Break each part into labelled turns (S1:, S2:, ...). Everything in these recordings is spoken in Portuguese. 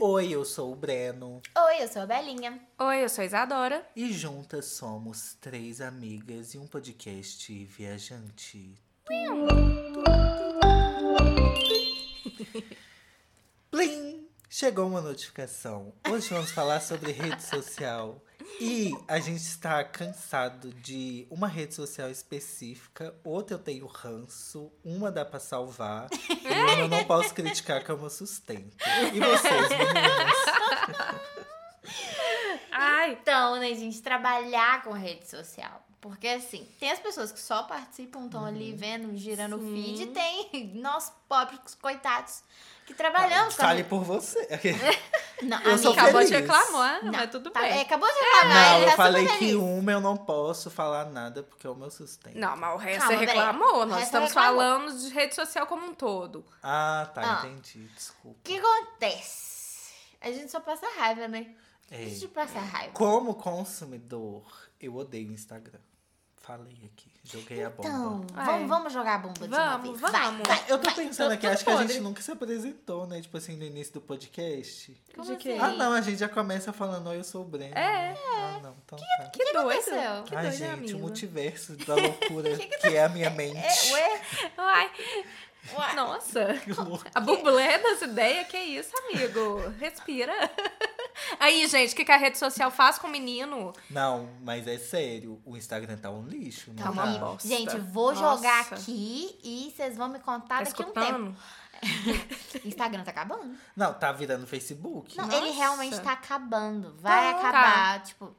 S1: Oi, eu sou o Breno.
S2: Oi, eu sou a Belinha.
S3: Oi, eu sou a Isadora.
S1: E juntas somos três amigas e um podcast viajante. Plim! Chegou uma notificação. Hoje vamos falar sobre rede social. E a gente está cansado de uma rede social específica. Outra eu tenho ranço, uma dá pra salvar. E uma eu não posso criticar que eu me sustento. E vocês, meninas?
S3: Ai,
S2: Então, né, gente, trabalhar com rede social. Porque, assim, tem as pessoas que só participam, estão ali
S1: Uhum.
S2: vendo, girando o
S3: Sim.
S2: feed. E tem nós, pobres coitados, que trabalhamos com a
S1: Fale
S2: rede-
S1: por você.
S2: Não,
S1: eu sou
S2: amiga,
S3: acabou
S1: feliz.
S3: de reclamar,
S2: Não,
S3: mas tudo
S2: tá- é,
S3: bem.
S2: acabou de reclamar,
S1: Não,
S2: ele
S1: eu
S2: tá
S1: falei
S2: super
S1: que
S2: feliz.
S1: uma eu não posso falar nada porque é o meu sustento.
S3: Não, mas o resto
S2: Calma,
S3: você
S2: peraí.
S3: reclamou.
S2: O
S3: Nós
S2: resto
S3: estamos
S2: reclamou.
S3: falando de rede social como um todo.
S1: Ah, tá,
S2: Ah.
S1: entendi. Desculpa.
S2: O que acontece? A gente só passa raiva, né? A
S1: É.
S2: gente passa raiva.
S1: Como consumidor, eu odeio o Instagram. Falei aqui, joguei a
S2: Então,
S1: bomba.
S2: vamos,
S3: É.
S2: vamos jogar a bomba de uma vez.
S3: Vamos,
S2: Vai,
S3: vamos.
S2: vai,
S1: Eu tô
S2: vai.
S1: pensando
S3: tô
S1: aqui,
S3: tudo
S1: acho que a
S3: podre.
S1: gente nunca se apresentou, né? Tipo assim, no início do podcast.
S2: Como
S3: de quê?
S2: assim?
S1: Ah, não, a gente já começa falando, oi, eu sou o Breno.
S3: É.
S1: Ah, não, então tá.
S3: Que, doido.
S2: aconteceu?
S3: Que
S1: Ai,
S3: doido,
S1: gente,
S3: amigo.
S1: o multiverso da loucura que, é a minha mente.
S2: É, ué,
S3: Ai,
S2: ué.
S3: nossa.
S1: Que louco.
S3: A bublé das ideias, que isso, amigo? Respira. Aí, gente, o que, que a rede social faz com o menino?
S1: Não, mas é sério, o Instagram tá um lixo, não
S2: Tá uma
S3: Tá.
S2: bosta.
S3: Bosta.
S2: Gente, vou
S3: Nossa.
S2: jogar aqui e vocês vão me contar
S3: Tá
S2: daqui a um tempo.
S3: escutando?
S2: Instagram tá acabando?
S1: Não, tá virando Facebook.
S2: Não,
S3: Nossa.
S2: ele realmente tá acabando. Vai
S3: Tá.
S2: acabar, tipo,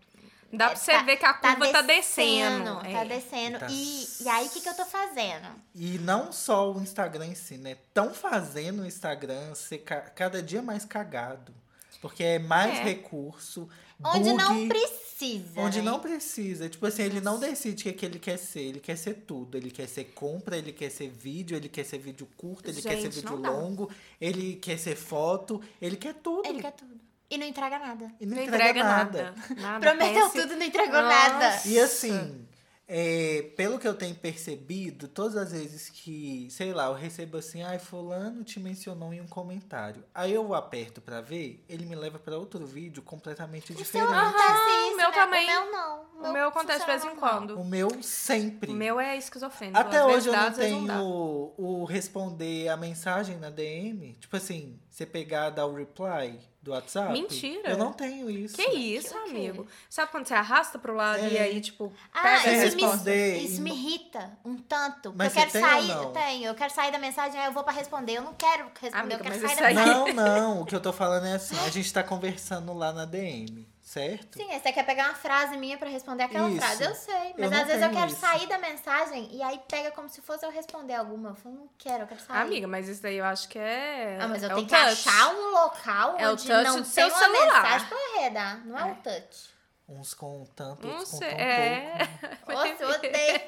S3: Dá pra você
S2: Tá-
S3: ver que a
S2: tá
S3: curva tá descendo. é.
S2: Tá descendo.
S1: E tá
S2: E, e aí, o que, que eu tô fazendo?
S1: E não só o Instagram em si, né? Tão fazendo o Instagram ser ca- cada dia mais cagado. Porque é mais
S3: É.
S1: recurso.
S2: Onde
S1: bug,
S2: não precisa.
S1: Onde
S2: né?
S1: não precisa. Tipo assim, ele não decide o que, é que ele quer ser. Ele quer ser tudo. Ele quer ser compra, ele quer ser vídeo, ele quer ser vídeo curto, ele quer ser
S3: Gente,
S1: vídeo
S3: não dá.
S1: longo, ele quer ser foto, ele quer tudo.
S2: Ele quer tudo. E não entrega nada.
S1: E
S3: Não entrega nada. Nada,
S2: Prometeu
S3: pense-
S2: tudo e não entregou
S3: Nossa.
S2: nada.
S1: E assim, é, pelo que eu tenho percebido, todas as vezes que, sei lá, eu recebo assim, ai, fulano te mencionou em um comentário. Aí eu aperto pra ver, ele me leva pra outro vídeo completamente diferente.
S2: Acontece isso,
S3: o meu
S2: né?
S3: também.
S2: O meu não.
S3: O meu acontece de vez em
S2: funciona normal.
S3: quando.
S1: O meu sempre.
S3: O meu é esquizofrênico.
S1: Até
S3: Às vezes
S1: hoje eu
S3: dá,
S1: não
S3: às vezes dá.
S1: tenho o responder a mensagem na DM. Tipo assim, você pegar, dar o reply do WhatsApp.
S3: Mentira.
S1: Eu não tenho isso.
S3: Que isso,
S2: Que-
S3: amigo? Sabe quando você arrasta pro lado
S1: É.
S3: e aí, tipo,
S2: Ah,
S3: pega
S1: Sem
S2: isso
S1: responder
S2: me, isso
S1: e
S2: me
S1: não-
S2: irrita um tanto.
S1: Mas
S2: eu quero
S1: você tem ou
S2: sair,
S1: não?
S2: eu tenho. Eu quero sair da mensagem, aí eu vou pra responder. Eu não quero responder,
S3: Amiga,
S2: eu quero
S3: mas
S2: sair
S3: isso
S2: da
S3: aí-
S2: mensagem.
S1: Não, não. O que eu tô falando é assim, a gente tá conversando lá na DM, certo?
S2: Sim, aí você quer pegar uma frase minha pra responder aquela
S1: Isso.
S2: frase. Eu sei.
S1: Eu
S2: Mas
S1: não
S2: às vezes eu
S1: tenho
S2: quero
S1: isso.
S2: sair da mensagem e aí pega como se fosse eu responder alguma. Eu falo, não quero, eu quero sair.
S3: amiga, mas isso daí eu acho que é.
S2: Ah, mas eu
S3: é o
S2: tenho que
S3: touch.
S2: achar um local
S3: É o
S2: onde
S3: touch
S2: não
S3: do
S2: tem
S3: seu
S2: uma
S3: celular.
S2: mensagem pra eu arredar. Não é,
S3: É.
S2: o touch.
S1: Uns com tanto,
S3: Não
S1: outros com
S3: sei.
S1: tão
S3: É.
S1: um pouco.
S2: Nossa, eu odeio.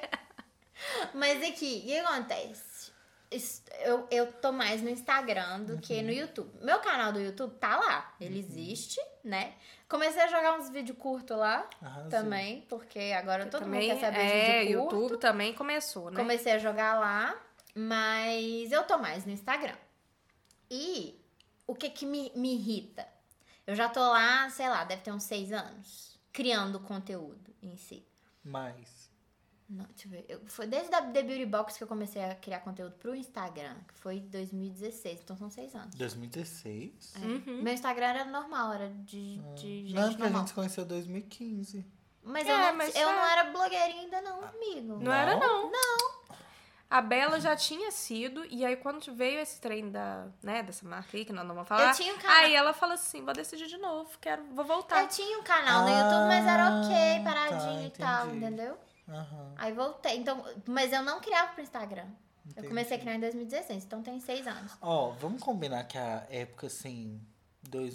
S2: Mas aqui, o que acontece? Isso- Eu, eu tô mais no Instagram do que
S1: Uhum.
S2: no YouTube. Meu canal do YouTube tá lá. Ele existe, né? Comecei a jogar uns vídeos curtos lá
S1: Arrasou.
S2: também, porque agora todo
S3: também,
S2: mundo quer saber
S3: é,
S2: de vídeo curto.
S3: YouTube também começou, né?
S2: Comecei a jogar lá, mas eu tô mais no Instagram. E o que que me, me irrita? Eu já tô lá, sei lá, deve ter uns seis anos, criando conteúdo em si.
S1: Mas.
S2: Não, deixa eu ver. Eu- foi desde a The Beauty Box que eu comecei a criar conteúdo pro Instagram, que foi em 2016, então são seis anos.
S1: 2016?
S2: É.
S3: Uhum.
S2: Meu Instagram era normal, era de, de
S1: Hum.
S2: gente tá
S1: não, é porque a
S2: normal.
S1: gente se conheceu em 2015.
S2: Mas,
S3: É,
S2: eu, não,
S3: mas
S2: eu
S3: é.
S2: não era blogueirinha ainda não, amigo.
S3: Não era, não. Não. A Bela já tinha sido, e aí quando veio esse trem da, né, dessa marca aí, que nós não vamos falar.
S2: Eu tinha um canal.
S3: Aí ela fala assim: vou decidir de novo, quero, vou voltar.
S2: Eu tinha um canal no YouTube, mas era
S1: Tá. Ah,
S2: ok, paradinho
S1: tá,
S2: e tal,
S1: entendi.
S2: entendeu?
S1: Aham.
S2: Aí voltei. Então, mas eu não criava pro Instagram.
S1: entendi.
S2: Eu comecei a criar em 2016, então tem seis anos.
S1: Ó, vamos combinar que a época assim,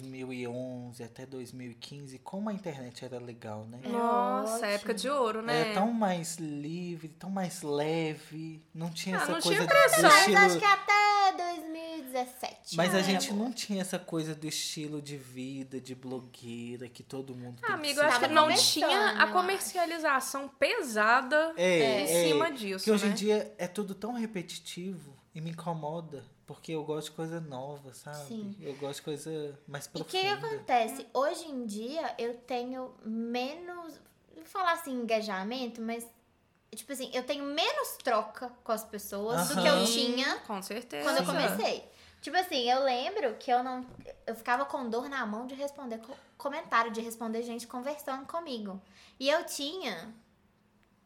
S1: 2011 até 2015, como a internet era legal, né?
S2: É
S3: Nossa,
S2: ótimo.
S3: época de ouro, né?
S1: É tão mais livre, tão mais leve. Não tinha
S3: Ah,
S1: essa
S3: não tinha
S1: coisa do
S3: pressão.
S2: Mas
S1: Tá, estilo.
S2: acho que até 2017.
S1: Mas
S2: né?
S1: a gente não tinha essa coisa do estilo de vida, de blogueira, que todo mundo tem
S3: Ah,
S1: que
S3: Amigo,
S1: ser.
S3: eu acho que
S2: Tava
S3: não
S2: começando,
S3: tinha
S2: eu
S3: a comercialização pesada
S1: É,
S3: em
S1: é,
S3: cima
S1: Porque
S3: disso.
S1: hoje
S3: né?
S1: em dia é tudo tão repetitivo e me incomoda. Porque eu gosto de coisa nova, sabe?
S2: Sim.
S1: Eu gosto de coisa mais
S2: E o
S1: profunda.
S2: que, que acontece? Hoje em dia eu tenho menos. Não vou falar assim engajamento, mas. Tipo assim, eu tenho menos troca com as pessoas do que eu
S1: Aham.
S2: tinha
S3: Com certeza.
S2: quando eu comecei. Tipo assim, eu lembro que eu não. Eu ficava com dor na mão de responder co- comentário, de responder gente conversando comigo. E eu tinha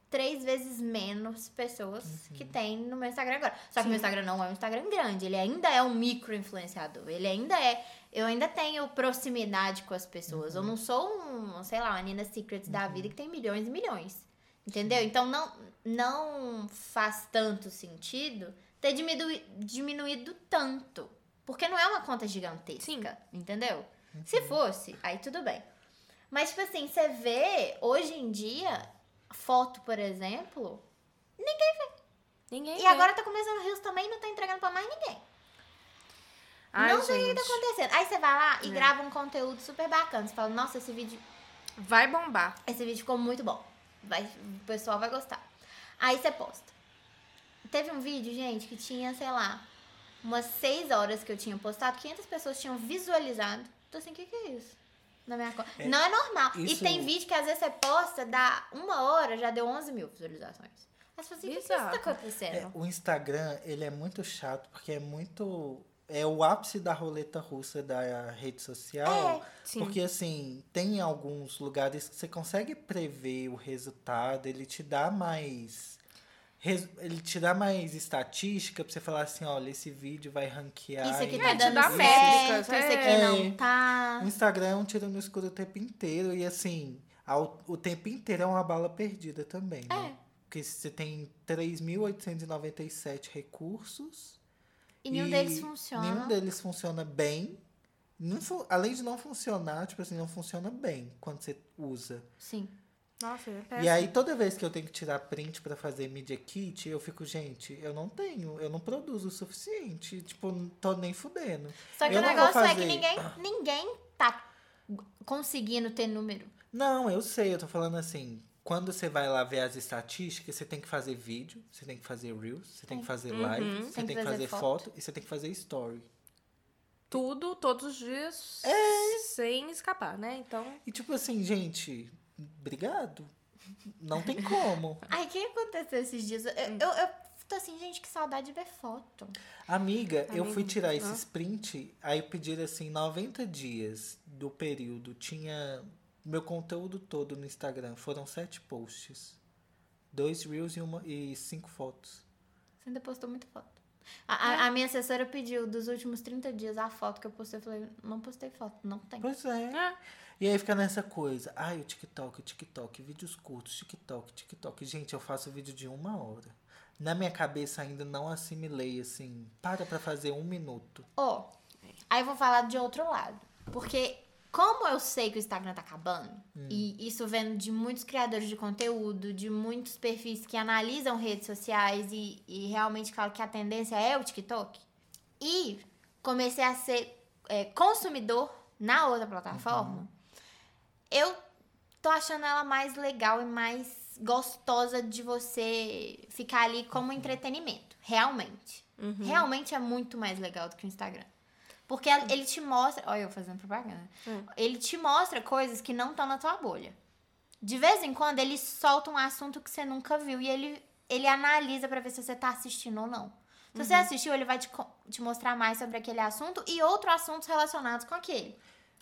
S2: três vezes menos pessoas que tem no meu Instagram agora. Só que
S3: Sim.
S2: meu Instagram não é um Instagram grande, ele ainda é um micro influenciador. Ele ainda é. Eu ainda tenho proximidade com as pessoas. Eu não sou um, sei lá, uma Nina Secrets da vida que tem milhões e milhões. Entendeu? Então não, não faz tanto sentido ter diminui- diminuído tanto. Porque não é uma conta gigantesca.
S3: Sim.
S2: Entendeu?
S3: Uhum.
S2: Se fosse, aí tudo bem. Mas, tipo assim, você vê hoje em dia, foto, por exemplo,
S3: Ninguém
S2: e
S3: vê.
S2: agora tá começando o Rios também e não tá entregando pra mais ninguém.
S3: Ai,
S2: não sei o que tá
S3: gente,
S2: acontecendo. Aí você vai lá e
S3: É.
S2: grava um conteúdo super bacana. Você fala, nossa, esse vídeo,
S3: Vai bombar.
S2: esse vídeo ficou muito bom. Vai, o pessoal vai gostar. Aí você posta. Teve um vídeo, gente, que tinha, sei lá, umas seis horas que eu tinha postado, 500 pessoas tinham visualizado. Tô assim, o que, que é isso? Na minha conta.
S1: É,
S2: Não é normal.
S1: isso-
S2: E tem vídeo que às vezes você posta, dá uma hora, já deu 11 mil visualizações. Aí você fala assim, o que, que isso tá
S3: Bizarro.
S1: É,
S2: acontecendo?
S1: o Instagram, ele é muito chato, porque é muito. É o ápice da roleta russa da rede social.
S2: É,
S3: Sim.
S1: Porque, assim, tem alguns lugares que você consegue prever o resultado, ele te dá mais. res- Ele te dá mais estatística pra você falar assim: olha, esse vídeo vai ranquear.
S2: Isso aqui
S1: em-
S2: tá
S3: É, te dá
S2: dando certo,
S3: métricas,
S2: isso aqui
S1: é.
S2: não tá.
S1: O Instagram é um tiro no escuro o tempo inteiro. E assim, ao- o tempo inteiro é uma bala perdida também, né? Porque você tem 3.897 recursos.
S2: E nenhum deles funciona.
S1: Nenhum deles funciona bem. Não fu- além de não funcionar, tipo assim, não funciona bem quando você usa.
S2: Sim.
S3: Nossa, é
S1: E
S3: péssimo.
S1: aí, toda vez que eu tenho que tirar print pra fazer media kit, eu fico, gente, eu não tenho, eu não produzo o suficiente. Tipo, não tô nem fudendo.
S2: Só que
S1: Eu
S2: o
S1: não vou
S2: negócio é
S1: fazer.
S2: que ninguém, ninguém tá conseguindo ter número.
S1: Não, eu sei, eu tô falando assim. Quando você vai lá ver as estatísticas, você tem que fazer vídeo, você tem que fazer reels, você tem que fazer live,
S3: Uhum.
S1: você tem que fazer foto. e você tem que fazer story.
S3: Tudo, todos os dias,
S1: É.
S3: sem escapar, né? Então,
S1: E tipo assim, gente, obrigado. Não tem como.
S2: Ai, o que aconteceu esses dias? Eu, eu, eu tô assim, gente, que saudade de ver foto.
S1: Amiga, ah. eu fui
S3: Amigo,
S1: tirar esse
S3: ó.
S1: sprint, aí pediram assim, 90 dias do período. Tinha meu conteúdo todo no Instagram. Foram sete posts. Dois reels e, uma, e cinco fotos.
S2: Você ainda postou muita foto. A, a- a minha assessora pediu dos últimos 30 dias a foto que eu postei. Eu falei, não postei foto, não tem.
S1: Pois é.
S3: é.
S1: E aí fica nessa coisa, ai, o TikTok, o TikTok, vídeos curtos, TikTok, TikTok. Gente, eu faço vídeo de uma hora. Na minha cabeça ainda não assimilei, assim, para pra fazer um minuto.
S2: Ó, aí eu vou falar de outro lado. Porque como eu sei que o Instagram tá acabando, e isso vendo de muitos criadores de conteúdo, de muitos perfis que analisam redes sociais e, e realmente falam que a tendência é o TikTok, e comecei a ser é, consumidor na outra plataforma, eu tô achando ela mais legal e mais gostosa de você ficar ali como entretenimento, realmente. Realmente é muito mais legal do que o Instagram. Porque ela- ele te mostra. Olha, eu fazendo propaganda.
S3: Hum.
S2: Ele te mostra coisas que não estão na tua bolha. De vez em quando ele solta um assunto que você nunca viu e ele, ele analisa pra ver se você tá assistindo ou não. Se você assistiu, ele vai te, co- te mostrar mais sobre aquele assunto e outros assuntos relacionados com aquele.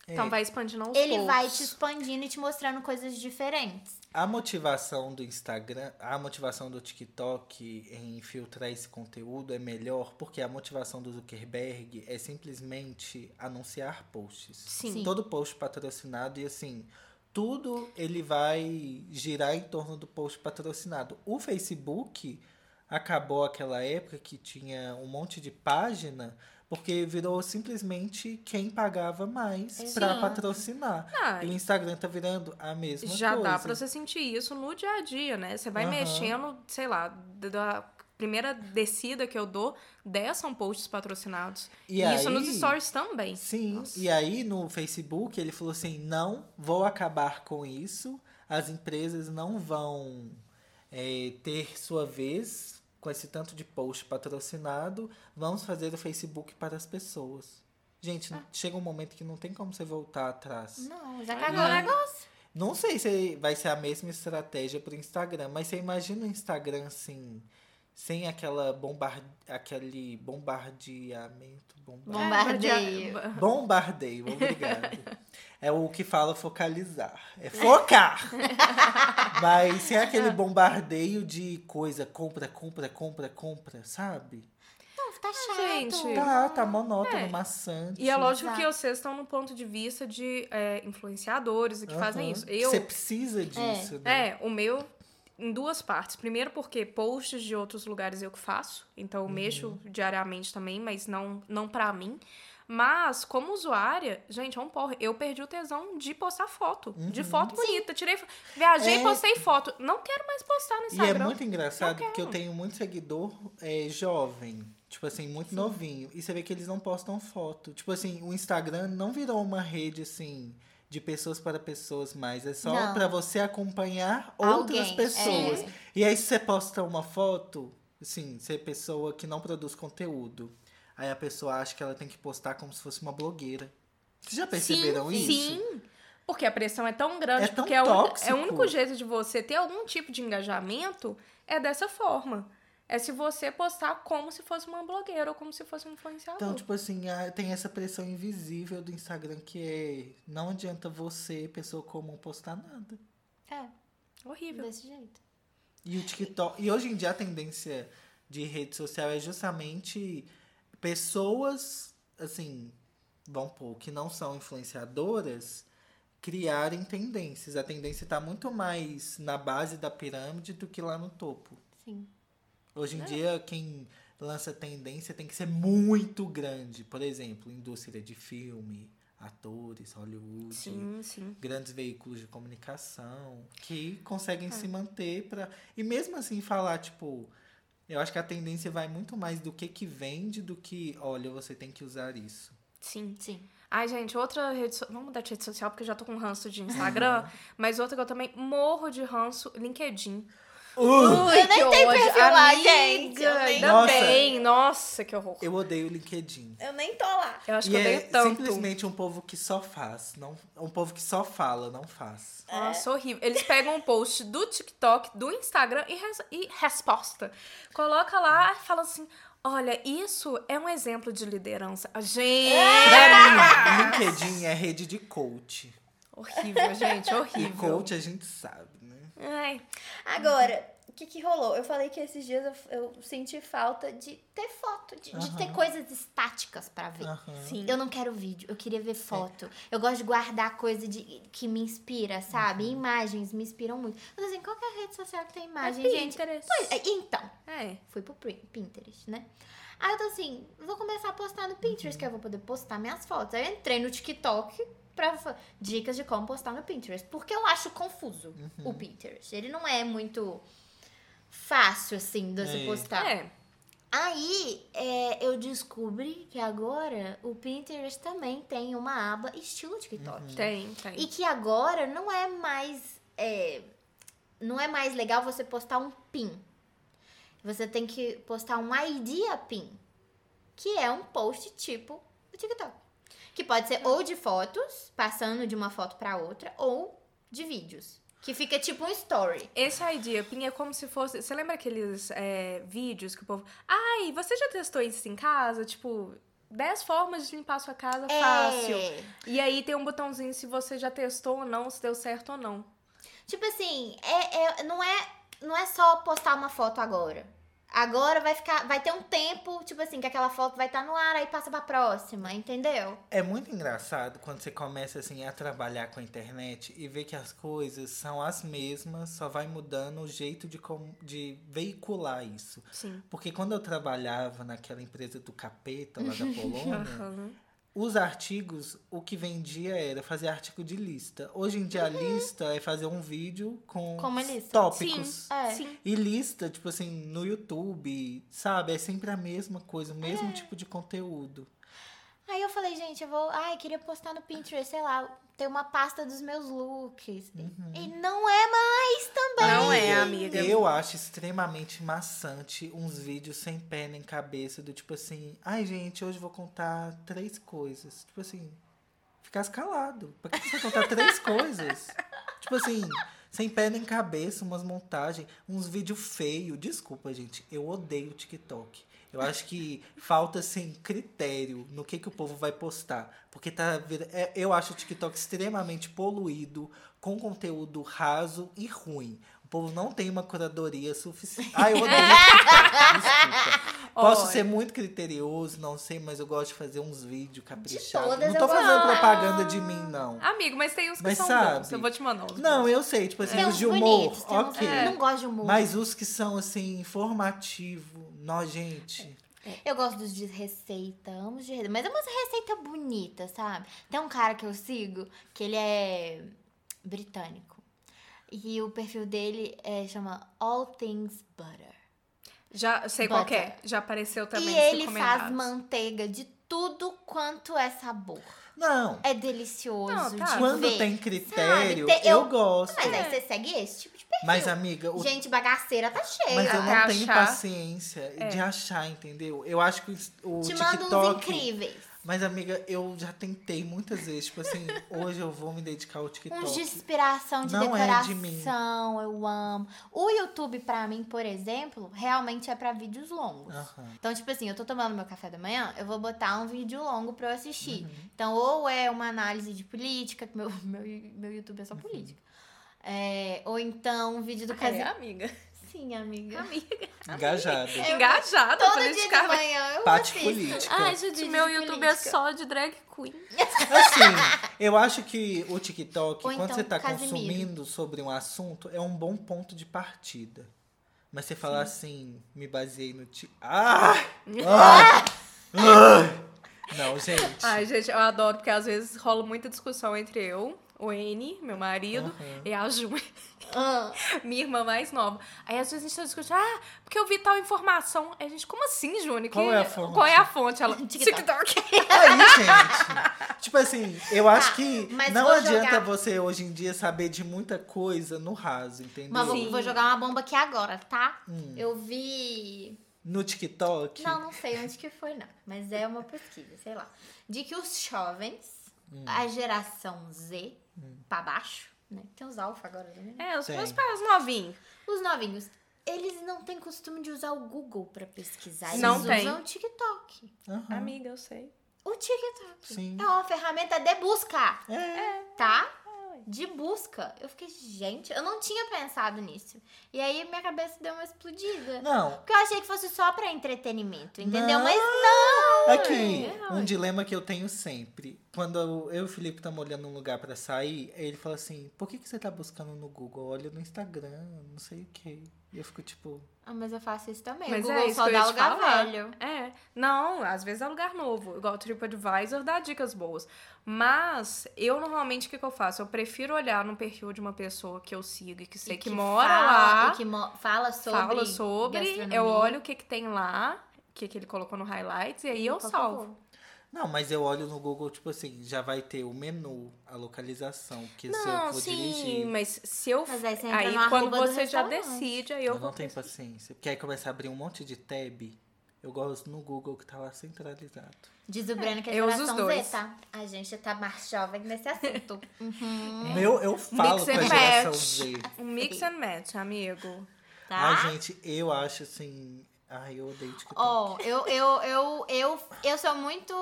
S1: É,
S3: Então vai expandindo aos
S2: Ele
S3: poucos.
S2: vai te expandindo e te mostrando coisas diferentes.
S1: A motivação do Instagram, a motivação do TikTok em filtrar esse conteúdo é melhor porque a motivação do Zuckerberg é simplesmente anunciar posts.
S3: Sim.
S2: Sim.
S1: Todo post patrocinado e assim, tudo ele vai girar em torno do post patrocinado. O Facebook acabou aquela época que tinha um monte de página porque virou simplesmente quem pagava mais para
S2: Sim.
S1: patrocinar.
S3: Ah,
S1: E o Instagram tá virando a mesma
S3: já
S1: coisa.
S3: dá pra você sentir isso no dia a dia, né? Você vai
S1: Aham.
S3: mexendo, sei lá, da- da primeira descida que eu dou, 10 são posts patrocinados.
S1: E
S3: E, isso
S1: aí-
S3: nos stories também.
S1: Sim,
S3: Nossa.
S1: e aí no Facebook ele falou assim: não vou acabar com isso, as empresas não vão é, ter sua vez com esse tanto de post patrocinado, vamos fazer o Facebook para as pessoas. Gente,
S3: Ah.
S1: não- chega um momento que não tem como você voltar atrás.
S3: Hum,
S1: Né?
S2: Não, já
S3: Ai,
S2: cagou
S3: não.
S2: o negócio.
S1: Não sei se vai ser a mesma estratégia pro Instagram, mas você imagina o Instagram assim, sem aquela bombar... aquele bombardeamento. bombar-
S2: Bombardeio.
S3: É,
S1: Bombardeio, obrigado. É o que fala focalizar. É focar! Mas se é
S3: Ah.
S1: aquele bombardeio de coisa, compra, compra, compra, compra, sabe?
S2: Não, tá chato.
S3: gente.
S1: Tá, tá monótono,
S3: É.
S1: maçante.
S3: E é lógico
S2: Exato.
S3: que vocês estão no ponto de vista de é, influenciadores e é que fazem
S1: Aham.
S3: isso. Eu,
S1: Você precisa disso, né?
S3: é, o meu em duas partes. Primeiro porque posts de outros lugares eu que faço, então eu
S1: Uhum.
S3: mexo diariamente também, mas não não para mim. Mas como usuária, gente, é um porra. Eu perdi o tesão de postar foto, de foto bonita. Tirei, fo- viajei,
S1: Uhum. É.
S3: postei foto. Não quero mais postar no
S1: E é
S3: Instagram.
S1: muito engraçado
S3: Não
S1: porque eu
S3: quero.
S1: tenho muito seguidor é, jovem. Tipo assim, muito novinho. E você vê que eles não postam foto. Tipo assim, o Instagram não virou uma rede assim de pessoas para pessoas mais. É só
S2: Não.
S1: pra você acompanhar
S2: Alguém,
S1: outras
S2: é.
S1: pessoas. E aí se você posta uma foto, assim, você é pessoa que não produz conteúdo. Aí a pessoa acha que ela tem que postar como se fosse uma blogueira. Vocês já perceberam
S3: sim,
S1: isso?
S3: Sim. Porque a pressão é tão grande,
S1: É tão
S3: porque é o, un- é
S1: tóxico.
S3: o único jeito de você ter algum tipo de engajamento é dessa forma. É se você postar como se fosse uma blogueira ou como se fosse um influenciador.
S1: Então, tipo assim, a- tem essa pressão invisível do Instagram que é não adianta você, pessoa comum, postar nada.
S2: É,
S3: Horrível.
S2: desse jeito.
S1: E o TikTok. E hoje em dia a tendência de rede social é justamente pessoas, assim, vão pôr, que não são influenciadoras, criarem tendências. A tendência tá muito mais na base da pirâmide do que lá no topo.
S2: Sim.
S1: Hoje
S3: É.
S1: em dia, quem lança tendência tem que ser muito grande. Por exemplo, indústria de filme, atores, Hollywood,
S3: Sim, sim.
S1: grandes veículos de comunicação, que
S3: É.
S1: conseguem se manter para E mesmo assim, falar, tipo, eu acho que a tendência vai muito mais do que que vende do que, olha, você tem que usar isso.
S3: Sim.
S2: Sim.
S3: Ai, gente, outra rede social. Vamos mudar de rede social porque eu já tô com ranço de Instagram. mas outra que eu também morro de ranço, LinkedIn.
S1: Uh!
S2: eu nem tenho perfil lá, gente. Eu nem-
S3: Ainda
S1: Nossa.
S3: bem. Nossa, que horror. Eu,
S1: Eu odeio o LinkedIn.
S2: Eu nem tô lá.
S3: acho
S1: e
S3: que eu
S1: é
S3: odeio tanto.
S1: simplesmente um povo que só faz, não, um povo que só fala, não faz.
S2: É.
S3: Nossa, horrível. Eles pegam um post do TikTok, do Instagram e, res- e resposta. Coloca lá e fala assim: olha, isso é um exemplo de liderança. Ah, Gente!
S2: É.
S1: Pra mim, LinkedIn é rede de coach.
S3: Horrível, gente,
S1: E
S3: horrível.
S1: coach a gente sabe, né?
S3: Ai,
S2: Agora, o que, que rolou? Eu falei que esses dias eu, eu senti falta de ter foto, de, de ter
S1: Aham.
S2: coisas estáticas pra ver.
S1: Aham.
S3: Sim.
S2: Eu não quero vídeo, eu queria ver foto. Eu gosto de guardar coisa de, que me inspira, sabe?
S1: Uhum.
S2: Imagens me inspiram muito. Mas assim, qualquer rede social que tem imagem,
S3: é
S2: Ah, gente.
S3: Pinterest.
S2: Pois, é, então,
S3: É.
S2: fui pro Prin- Pinterest, né? Aí eu tô assim, vou começar a postar no Pinterest, que eu vou poder postar minhas fotos. Aí eu entrei no TikTok pra fa- dicas de como postar no Pinterest. Porque eu acho confuso o Pinterest. Ele não é muito fácil, assim, de você
S1: É.
S2: postar.
S3: É.
S2: Aí é, eu descobri que agora o Pinterest também tem uma aba estilo TikTok.
S3: Tem, tem.
S2: E que agora não é mais. é, não é mais legal você postar um PIN. Você tem que postar um idea PIN, que é um post tipo do TikTok. Que pode ser ou de fotos, passando de uma foto pra outra, ou de vídeos. Que fica tipo um story.
S3: Esse idea pin é como se fosse. Você lembra aqueles é, vídeos que o povo. Ai, você já testou isso em casa? Tipo, 10 formas de limpar a sua casa fácil.
S2: É.
S3: E aí tem um botãozinho se você já testou ou não, se deu certo ou não.
S2: Tipo assim, é, é- não, é, não é só postar uma foto agora. Agora vai ficar, vai ter um tempo, tipo assim, que aquela foto vai estar no ar, aí passa pra próxima, entendeu?
S1: É muito engraçado quando você começa assim a trabalhar com a internet e vê que as coisas são as mesmas, só vai mudando o jeito de, com- de veicular isso.
S3: Sim.
S1: Porque quando eu trabalhava naquela empresa do capeta lá da
S3: Uhum.
S1: Polônia,
S3: Aham.
S1: os artigos, o que vendia era fazer artigo de lista. Hoje em dia a lista é fazer um vídeo com
S2: Com uma lista.
S1: tópicos.
S2: É.
S3: Sim.
S1: E lista, tipo assim, no YouTube, sabe? É sempre a mesma coisa, o mesmo tipo de conteúdo.
S2: Aí eu falei, gente, eu vou. Ai, queria postar no Pinterest, sei lá, ter uma pasta dos meus looks. E-
S1: Uhum.
S2: E não é mais também.
S3: Não é, amiga.
S1: Eu acho extremamente maçante uns vídeos sem pé nem cabeça, do tipo assim, ai gente, hoje eu vou contar três coisas. Tipo assim, ficasse calado. Pra que você vai contar três coisas? Tipo assim, sem pé nem cabeça, umas montagens, uns vídeos feios. Desculpa, gente, eu odeio o TikTok. Eu acho que falta, assim, critério no que, que o povo vai postar. Porque tá vira- é, eu acho o TikTok extremamente poluído, com conteúdo raso e ruim. O povo não tem uma curadoria suficiente. Ah, eu odeio o TikTok, desculpa. Posso
S3: Olha.
S1: ser muito criterioso, não sei, mas eu gosto de fazer uns vídeos caprichados.
S2: todas
S1: Não tô
S2: eu
S1: fazendo
S2: gosto. Ah.
S1: propaganda de mim, não.
S3: Amigo, mas tem uns que
S1: Mas
S3: são
S1: sabe-
S3: bons. Eu vou te mandar uns
S1: Não,
S3: bons.
S1: eu sei, tipo assim,
S2: Tem
S1: os
S2: uns
S1: de humor,
S2: bonitos, tem uns-
S1: ok.
S2: Eu não gosto de humor.
S1: Mas os que são, assim, informativo, nó, gente.
S2: Eu gosto dos de receita, amo os de receita. Mas é umas receita bonita, sabe? Tem um cara que eu sigo, que ele é britânico. E o perfil dele é, chama All Things Butter.
S3: Já sei
S2: Bota.
S3: qual que é. Já apareceu também
S2: e
S3: nos
S2: ele faz
S3: recomendados.
S2: manteiga de tudo quanto é sabor.
S1: Não,
S2: É delicioso
S3: Não, tá.
S2: de
S1: quando
S2: ver.
S1: tem critério,
S2: Sabe, Ah, tem-
S1: eu,
S2: eu-
S1: gosto.
S2: Mas aí você segue esse tipo de perfil.
S1: Mas, amiga, o
S2: Gente bagaceira tá cheia.
S1: Mas eu
S3: Pra
S1: não tenho
S3: achar.
S1: paciência de achar, entendeu? Eu acho que o
S2: É. Te
S1: TikTok...
S2: mando uns incríveis.
S1: Mas, amiga, eu já tentei muitas vezes. Tipo assim, hoje eu vou me dedicar ao TikTok.
S2: Uns de inspiração, de
S1: Não é de mim.
S2: decoração, eu amo. O YouTube, pra mim, por exemplo, realmente é pra vídeos longos.
S1: Aham.
S2: Então, tipo assim, eu tô tomando meu café da manhã, eu vou botar um vídeo longo pra eu assistir.
S1: Uhum.
S2: Então, ou é uma análise de política, que meu, meu, meu YouTube é
S1: Uhum.
S2: só política. É, ou então um vídeo do
S3: É,
S2: casamento.
S3: amiga.
S2: Sim, amiga.
S1: Engajado.
S3: Engajada,
S2: Todo dia
S3: politicamente.
S2: de manhã eu
S1: Pate
S2: assisto.
S1: política.
S2: Judite,
S3: Meu
S2: de
S3: YouTube é
S2: política.
S3: só de drag queen.
S1: Assim, eu acho que o TikTok,
S2: Ou
S1: quando
S2: então,
S1: você tá
S2: Casimiro.
S1: consumindo sobre um assunto, é um bom ponto de partida. Mas você falar assim, me baseei no ti. Ah! Ah! Ah! Não, gente.
S3: Ai, gente, eu adoro, porque às vezes rola muita discussão entre eu, o N, meu marido,
S1: Aham.
S3: e a Ju,
S2: Ah,
S3: minha irmã mais nova. Aí às vezes a gente tá discutindo, ah, porque eu vi tal informação. Aí a gente, como assim, Juni? Que-
S1: Qual é a fonte?"
S3: Qual é a fonte? Ela,
S2: TikTok.
S3: TikTok.
S1: Aí, gente. Tipo assim, eu acho
S2: Ah,
S1: que
S2: mas
S1: não
S2: vou
S1: adianta
S2: jogar-
S1: você hoje em dia saber de muita coisa no raso, entendeu?
S2: mas
S3: Sim.
S2: vou, vou jogar uma bomba aqui agora, tá?
S1: Hum.
S2: Eu vi.
S1: No TikTok.
S2: Não, não sei onde que foi, não. Mas é uma pesquisa, sei lá. De que os jovens, a geração Z, pra baixo, né? Tem os alfa agora também. né?
S3: É, os
S1: Tem.
S3: meus pais novinhos.
S2: Os novinhos, eles não têm costume de usar o Google pra pesquisar. Eles
S3: Não
S2: usam
S3: tem.
S2: o TikTok.
S1: Aham.
S3: Amiga, eu sei.
S2: O TikTok
S1: Sim.
S2: é uma ferramenta de busca,
S1: É.
S2: tá? De busca. Eu fiquei, gente, eu não tinha pensado nisso. E aí minha cabeça deu uma
S3: É.
S2: explodida.
S1: Não,
S2: Porque eu achei que fosse só pra entretenimento, entendeu?
S1: Não.
S2: Mas
S3: É,
S1: Aqui,
S3: Ai, ai.
S1: um dilema que eu tenho sempre. Quando eu, eu e o Felipe estamos olhando um lugar pra sair, ele fala assim: por que, que você tá buscando no Google? Olha no Instagram, não sei o quê. E eu fico tipo.
S2: Ah, mas eu faço isso também.
S3: Mas
S2: o Google
S3: é isso
S2: só
S3: que eu ia
S2: dá
S3: te
S2: lugar
S3: falar.
S2: velho.
S3: É, não, às vezes é lugar novo. Igual o TripAdvisor dá dicas boas. Mas eu normalmente o que, que eu faço? Eu prefiro olhar no perfil de uma pessoa que eu sigo e que sei
S2: E
S3: que, mora lá,
S2: E que mo- fala sobre.
S3: fala sobre,
S2: gastronomia.
S3: eu olho o que, que tem lá, o que, que ele colocou no highlights, e aí eu
S2: Por
S3: salvo.
S2: favor.
S1: Não, mas eu olho no Google, tipo assim, já vai ter o menu, a localização, que se eu
S3: Não,
S1: for
S3: sim,
S1: dirigir.
S3: mas se eu.
S2: Mas aí você entra
S3: Aí
S2: no
S3: quando
S2: arroba do
S3: você já
S2: restaurante.
S3: decide, aí
S1: Eu,
S3: eu, vou.
S1: não tenho paciência. Porque aí começa a abrir um monte de tab. Eu gosto no Google que tá lá centralizado.
S2: Diz o Breno que é
S3: eu uso os
S2: geração
S3: dois.
S2: Z, tá? A gente tá mais jovem nesse assunto. Uhum.
S1: Meu, eu falo
S3: Hum. Mix
S1: com a
S3: and
S1: geração
S3: match.
S1: Z.
S3: Um mix and match, amigo.
S2: Tá?
S1: Ai, gente, eu acho assim. Ai, eu odeio TikTok.
S2: Ó, eu, eu, eu, eu, eu sou muito.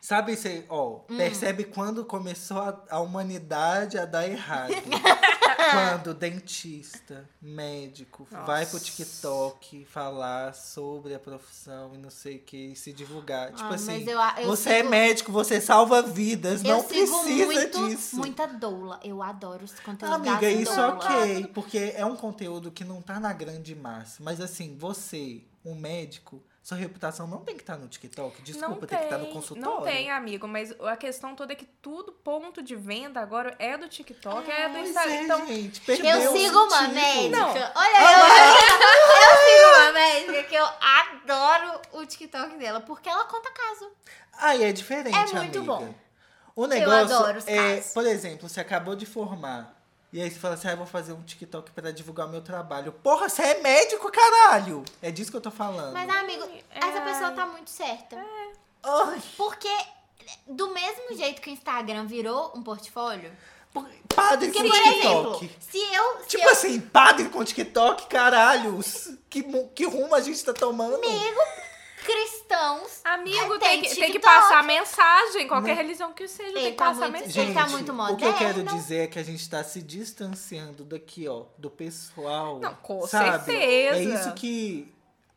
S1: Sabe, você, ó,
S2: Hum.
S1: percebe quando começou a, a humanidade a dar errado. quando dentista, médico,
S3: Nossa.
S1: vai pro TikTok falar sobre a profissão e não sei o que, e se divulgar.
S2: Ah,
S1: tipo
S2: mas
S1: assim,
S2: eu a- eu
S1: você é
S2: sigo-
S1: médico, você salva vidas,
S2: eu
S1: não
S2: sigo
S1: precisa
S2: muito,
S1: disso.
S2: muita doula. Eu adoro os conteúdos
S1: Amiga,
S2: das
S1: isso
S2: doulas.
S1: ok, porque é um conteúdo que não tá na grande massa. Mas assim, você, um médico, Sua reputação não tem que estar no TikTok. Desculpa, tem, que estar no consultório.
S3: Não tem, amigo, mas a questão toda é que tudo ponto de venda agora é do TikTok, é, do
S1: Pois
S3: Instagram.
S1: é,
S3: então,
S1: gente,
S2: Eu
S1: perdeu o
S2: sigo uma
S1: sentido.
S2: médica.
S3: Não.
S2: Olha eu, eu sigo uma médica que eu adoro o TikTok dela, porque ela conta caso.
S1: Aí é diferente,
S2: É muito
S1: amiga.
S2: bom.
S1: O negócio
S2: adoro os
S1: é,
S2: casos.
S1: por exemplo, você acabou de formar. E aí você fala assim, ah, eu vou fazer um TikTok pra divulgar meu trabalho. Porra, você é médico, caralho! É disso que eu tô falando.
S2: Mas, amigo, essa
S3: é.
S2: pessoa tá muito certa.
S1: Ai,
S2: Porque do mesmo jeito que o Instagram virou um portfólio,
S1: por- padre
S2: porque,
S1: com
S2: por
S1: TikTok.
S2: exemplo, se eu. Se
S1: tipo
S2: eu
S1: assim, padre com TikTok, caralho! Que, mu- que rumo a gente tá tomando?
S2: cristãos.
S3: Amigo,
S2: é, Tem
S3: tem, que, tem
S2: TikTok.
S3: que passar mensagem. Qualquer
S1: Não.
S3: religião que seja,
S2: Ele
S3: tem que
S2: tá
S3: passar
S2: muito-
S3: mensagem.
S2: Ele tá muito
S1: o que eu quero
S2: moderno.
S1: dizer é que a gente tá se distanciando daqui, ó, do pessoal.
S3: Não, com
S1: sabe?
S3: certeza.
S1: É isso que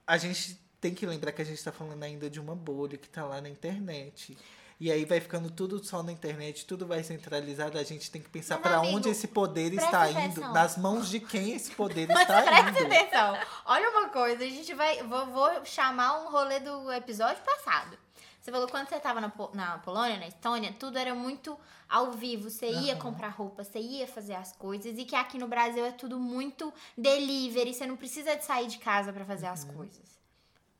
S1: a gente tem que lembrar que a gente tá falando ainda de uma bolha que tá lá na internet. E aí vai ficando tudo só na internet, tudo vai centralizado, a gente tem que pensar
S2: Mas,
S1: pra
S2: amigo,
S1: onde esse poder
S2: presta
S1: está
S2: atenção.
S1: indo, nas mãos de quem esse poder está
S2: Presta
S1: indo.
S2: atenção. Olha uma coisa, a gente vai. Vou, vou chamar um rolê do episódio passado. Você falou quando você tava na, Po- na Polônia, na Estônia, tudo era muito ao vivo. Você ia
S1: Aham.
S2: comprar roupa, você ia fazer as coisas. E que aqui no Brasil é tudo muito delivery. Você não precisa de sair de casa pra fazer
S1: Uhum.
S2: as coisas.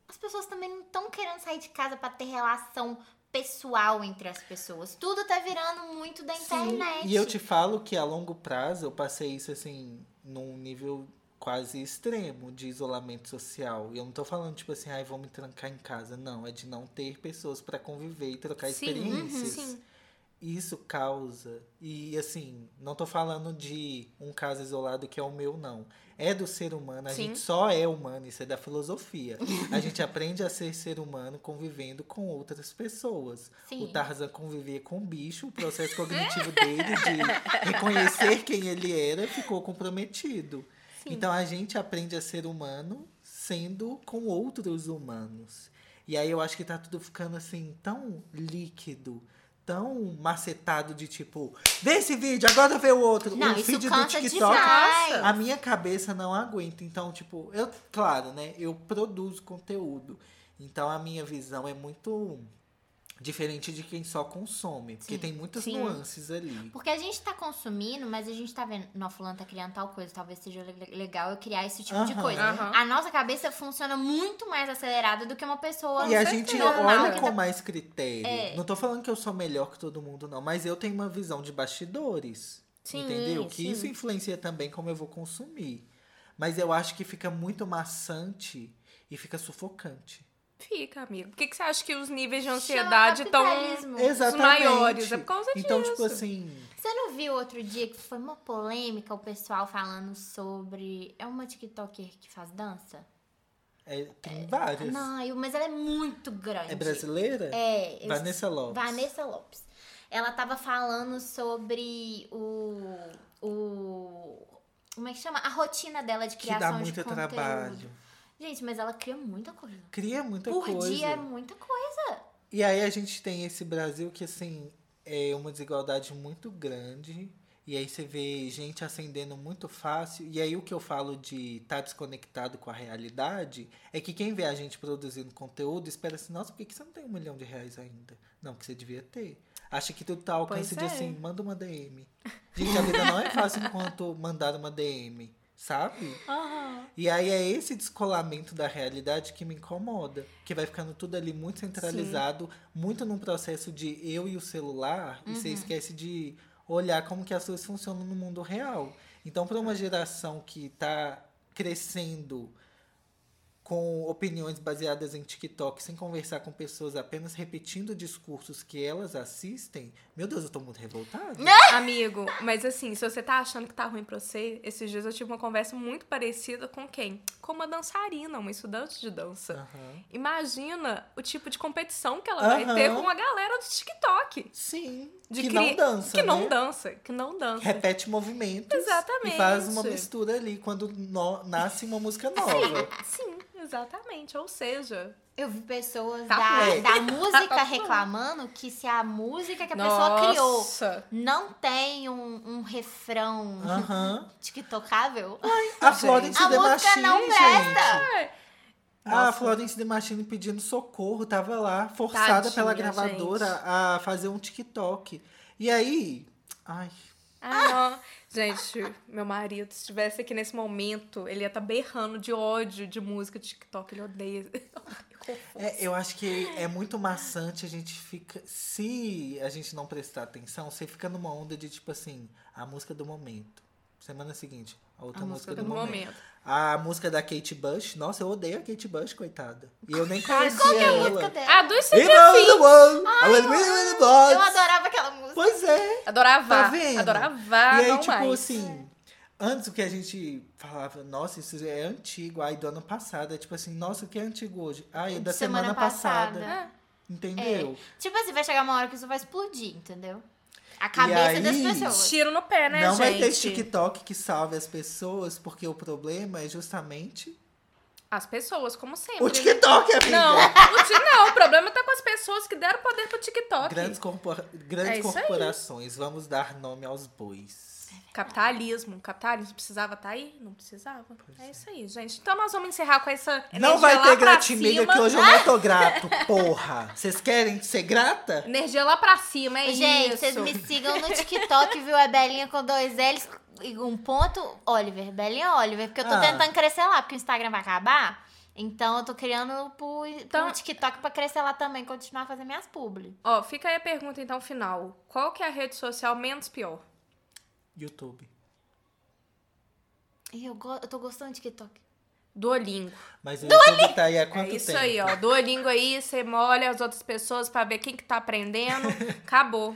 S2: As pessoas também não estão querendo sair de casa pra ter relação pessoal entre as pessoas. Tudo tá virando muito da internet.
S1: E eu te falo que a longo prazo eu passei isso assim, num nível quase extremo de isolamento social. E eu não tô falando, tipo assim, ai, vou me trancar em casa. Não, é de não ter pessoas pra conviver e trocar
S3: Sim, uhum,
S1: experiências.
S3: sim.
S1: Isso causa. E assim, não tô falando de um caso isolado que é o meu, não. É do ser humano, a
S3: Sim.
S1: gente só é humano, isso é da filosofia. A gente aprende a ser ser humano convivendo com outras pessoas. O
S2: Sim.
S1: Tarzan convivia com o bicho, o processo cognitivo dele de reconhecer quem ele era ficou comprometido.
S2: Sim.
S1: Então a gente aprende a ser humano sendo com outros humanos. E aí eu acho que tá tudo ficando assim tão líquido, tão macetado de tipo, vê esse vídeo, agora vê o outro.
S2: Não,
S1: o
S2: isso
S1: feed do
S2: cansa
S1: TikTok
S2: demais.
S1: a minha cabeça não aguenta. Então, tipo, eu, claro, né? Eu produzo conteúdo. Então a minha visão é muito diferente de quem só consome. Porque
S2: Sim.
S1: tem muitas
S3: Sim.
S1: nuances ali.
S2: Porque a gente tá consumindo, mas a gente tá vendo. Não, fulano tá criando tal coisa, talvez seja le- legal eu criar esse tipo de
S1: Aham.
S2: coisa.
S3: Aham.
S2: A nossa cabeça funciona muito mais acelerada do que uma pessoa
S1: E a
S3: certeza.
S1: gente
S2: normal
S1: olha
S2: que
S1: com
S2: tá-
S1: mais critério.
S2: É.
S1: Não tô falando que eu sou melhor que todo mundo, não. Mas eu tenho uma visão de bastidores.
S3: Sim,
S1: entendeu? Que
S2: sim.
S1: isso influencia também como eu vou consumir. Mas eu acho que fica muito maçante e fica sufocante.
S3: Fica, amigo. Por que, que você acha que os níveis de
S2: Chama
S3: ansiedade estão
S2: capitalismo.
S1: Exatamente.
S3: maiores? É por causa
S1: Então,
S3: disso.
S1: tipo assim.
S2: Você não viu outro dia que foi uma polêmica o pessoal falando sobre. É uma TikToker que faz dança?
S1: É, tem várias.
S2: Não, eu- mas ela é muito grande.
S1: É brasileira?
S2: É, eu-
S1: Vanessa Lopes.
S2: Vanessa Lopes. Ela tava falando sobre o. o como é que chama? A rotina dela de
S1: Que
S2: criação
S1: dá
S2: de
S1: muito
S2: conteúdo.
S1: trabalho.
S2: Gente, mas ela cria muita coisa.
S1: Cria muita
S2: Por
S1: coisa.
S2: dia é muita coisa.
S1: E aí a gente tem esse Brasil que, assim, é uma desigualdade muito grande. E aí você vê gente acendendo muito fácil. E aí o que eu falo de estar desconectado com a realidade é que quem vê a gente produzindo conteúdo espera assim, nossa, por que que você não tem um milhão de reais ainda? Não, que você devia ter. Acha que tudo tá ao alcance
S3: Pois
S1: de
S3: é.
S1: assim, manda uma DM. Gente, a vida não é fácil enquanto mandar uma DM, sabe? E aí é esse descolamento da realidade que me incomoda. Que vai ficando tudo ali muito centralizado, muito num processo de eu e o celular, e
S3: Uhum.
S1: você esquece de olhar como que as coisas funcionam no mundo real. Então, para uma
S3: É.
S1: geração que tá crescendo com opiniões baseadas em TikTok, sem conversar com pessoas, apenas repetindo discursos que elas assistem, meu Deus, eu tô muito revoltada.
S3: Né? Amigo, mas assim, se você tá achando que tá ruim pra você, esses dias eu tive uma conversa muito parecida com quem? Com uma dançarina, uma estudante de dança.
S1: Aham.
S3: Imagina o tipo de competição que ela vai
S1: Aham.
S3: ter com a galera do TikTok.
S1: Sim,
S3: De
S1: que
S3: cri-
S1: não dança,
S3: Que não
S1: né?
S3: dança, que não dança.
S1: repete movimentos
S3: Exatamente.
S1: e faz uma mistura ali quando no- nasce uma música nova.
S3: Ah, Sim, exatamente. Ou seja,
S2: Eu vi pessoas
S3: Tá
S2: da,
S1: ruim.
S2: da música
S3: Tá ruim.
S2: reclamando que se a música que a pessoa criou
S3: Nossa.
S2: não tem um, um refrão
S1: Aham.
S2: tiktokável,
S1: A
S3: Gente.
S1: Florence
S2: A
S1: The
S2: música
S1: é Machine,
S2: não
S1: gente.
S2: presta.
S1: A
S3: Nossa.
S1: Florence de é Machine pedindo socorro, tava lá, forçada
S3: Tadinha,
S1: pela gravadora
S3: gente.
S1: a fazer um TikTok. E aí. Ai,
S3: Ah, não. Gente, meu marido, se estivesse aqui nesse momento, ele ia estar berrando de ódio de música de TikTok. Ele odeia.
S1: é, eu acho que é muito maçante a gente fica. Se a gente não prestar atenção, você fica numa onda de tipo assim, a música do momento. Semana seguinte, a outra música, do, momento. A música da Kate Bush, nossa, eu odeio a Kate Bush, coitada. E eu nem conhecia
S2: Qual que é a
S1: ela.
S2: música dela? Ah,
S3: Ah, do
S1: It
S3: Stranger
S1: was the
S3: Things.
S1: one, I was really, really bad.
S2: Eu adorava aquela música.
S1: Pois é.
S3: Adorava.
S1: Tá vendo?
S3: Adorava.
S1: e aí,
S3: Ah, não
S1: tipo
S3: mais.
S1: assim, antes o que a gente falava, nossa, isso é antigo, aí do ano passado, é tipo assim, nossa, o que é antigo hoje? Ah, é da semana,
S2: Semana
S1: passada.
S2: passada.
S3: É.
S1: Entendeu?
S2: Tipo assim, vai chegar uma hora que isso vai explodir, entendeu? A cabeça
S1: aí-
S2: das pessoas.
S3: Tiro no pé, né,
S1: Não
S3: gente?
S1: vai ter esse TikTok que salve as pessoas, porque o problema é justamente
S3: As pessoas, como
S2: É,
S3: sempre.
S1: o
S3: né?
S1: TikTok, amiga.
S3: Não, o ti- não, o problema tá com as pessoas que deram poder pro TikTok.
S1: Grandes, corpora- grandes
S3: É isso aí.
S1: corporações, vamos dar nome aos bois.
S3: Capitalismo. Capitalismo precisava estar aí? Não precisava. é isso aí, gente. Então nós vamos encerrar com essa.
S1: Não
S3: energia
S1: vai
S3: É lá
S1: ter
S3: pra
S1: gratimiga
S3: cima.
S1: que hoje eu não tô grato, porra. Vocês querem ser grata?
S3: Energia lá pra cima, é
S2: Gente,
S3: isso.
S2: vocês me sigam no TikTok, viu? É Belinha com dois L's e um ponto Oliver. Belinha Oliver, porque eu tô
S1: Ah.
S2: tentando crescer lá, porque o Instagram vai acabar. Então eu tô criando pro, pro
S3: Então-
S2: TikTok pra crescer lá também, continuar fazendo minhas publi.
S3: Ó, fica aí a pergunta então final. Qual que é a rede social menos pior?
S1: YouTube.
S2: E eu, go- eu tô gostando do TikTok.
S3: Duolingo.
S1: Mas o YouTube tá aí há
S3: É
S1: quanto
S3: isso
S1: tempo?
S3: aí, ó. Duolingo aí, você molha as outras pessoas pra ver quem que tá aprendendo. Acabou.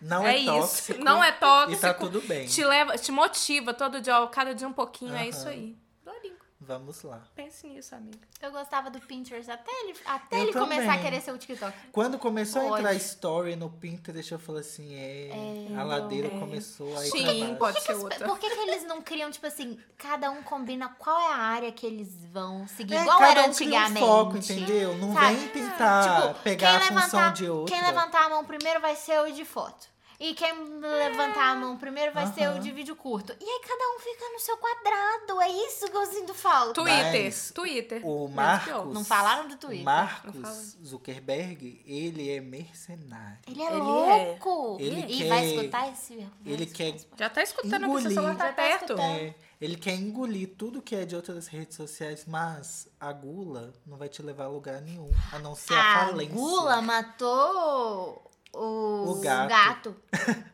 S1: Não
S3: é
S1: é,
S3: isso.
S1: tóxico.
S3: Não é tóxico.
S1: E tá tudo bem.
S3: Te leva, te motiva todo dia, ó, cada dia um pouquinho, é isso
S1: Aham.
S3: aí. Duolingo.
S1: Vamos lá.
S3: Pense nisso, amiga.
S2: Eu gostava do Pinterest até ele, até
S1: Eu
S2: ele começar a
S1: também.
S2: querer ser o TikTok.
S1: Quando começou a entrar
S2: Olha.
S1: story no Pinterest, eu falei assim, é, a
S2: não,
S1: ladeira
S3: é.
S1: começou a ir
S3: Sim,
S1: pra baixo.
S3: pode ser outra.
S2: Por que, que eles não criam, tipo assim, cada um combina qual é a área que eles vão seguir,
S1: É,
S2: igual
S1: cada
S2: era
S1: um cria
S2: antigamente?
S1: Um foco, entendeu? Não
S2: Sabe?
S1: vem tentar
S2: Tipo,
S1: pegar a
S2: quem
S1: função
S2: levantar-
S1: de outra.
S2: Quem levantar a mão primeiro vai ser o de foto. E quem levantar a mão primeiro vai ser o
S1: Aham.
S2: de vídeo curto. E aí cada um fica no seu quadrado. É isso que eu sinto falta.
S3: Twitter,
S1: Mas
S3: Twitter.
S1: O
S3: menos
S1: Marcos.
S3: pior.
S2: Não falaram do Twitter.
S1: o
S3: Não
S1: Marcos
S3: falaram.
S1: Zuckerberg, ele é mercenário.
S2: Ele é
S3: Ele é.
S2: louco.
S1: Ele
S2: e
S1: quer-
S2: vai escutar esse... vai
S1: Ele quer
S2: escutar.
S3: Já tá escutando aqui, seu
S1: Engolir.
S3: celular tá
S2: Já tá
S3: perto.
S2: escutando.
S1: É, ele quer engolir tudo que é de outras redes sociais, mas a gula não vai te levar a lugar nenhum, a não ser a,
S2: A
S1: falência.
S2: Ah, gula matou o,
S1: O gato.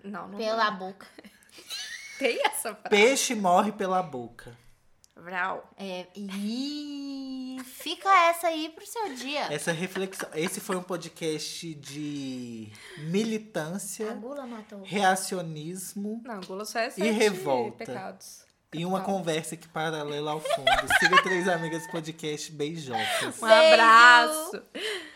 S3: Não, não.
S2: pela boca.
S3: Tem essa frase.
S1: Peixe morre pela boca.
S3: Vral.
S2: É, e fica essa aí pro seu dia.
S1: Essa reflexão. Esse foi um podcast de
S2: A
S1: militância,
S2: gula matou.
S1: reacionismo
S3: Não, gula só é sete
S1: revolta.
S3: pecados.
S1: e uma
S3: Capital.
S1: conversa que é paralela ao fundo. Siga Três Amigas Podcast. Beijocas.
S3: Um
S2: Beijo!
S3: abraço.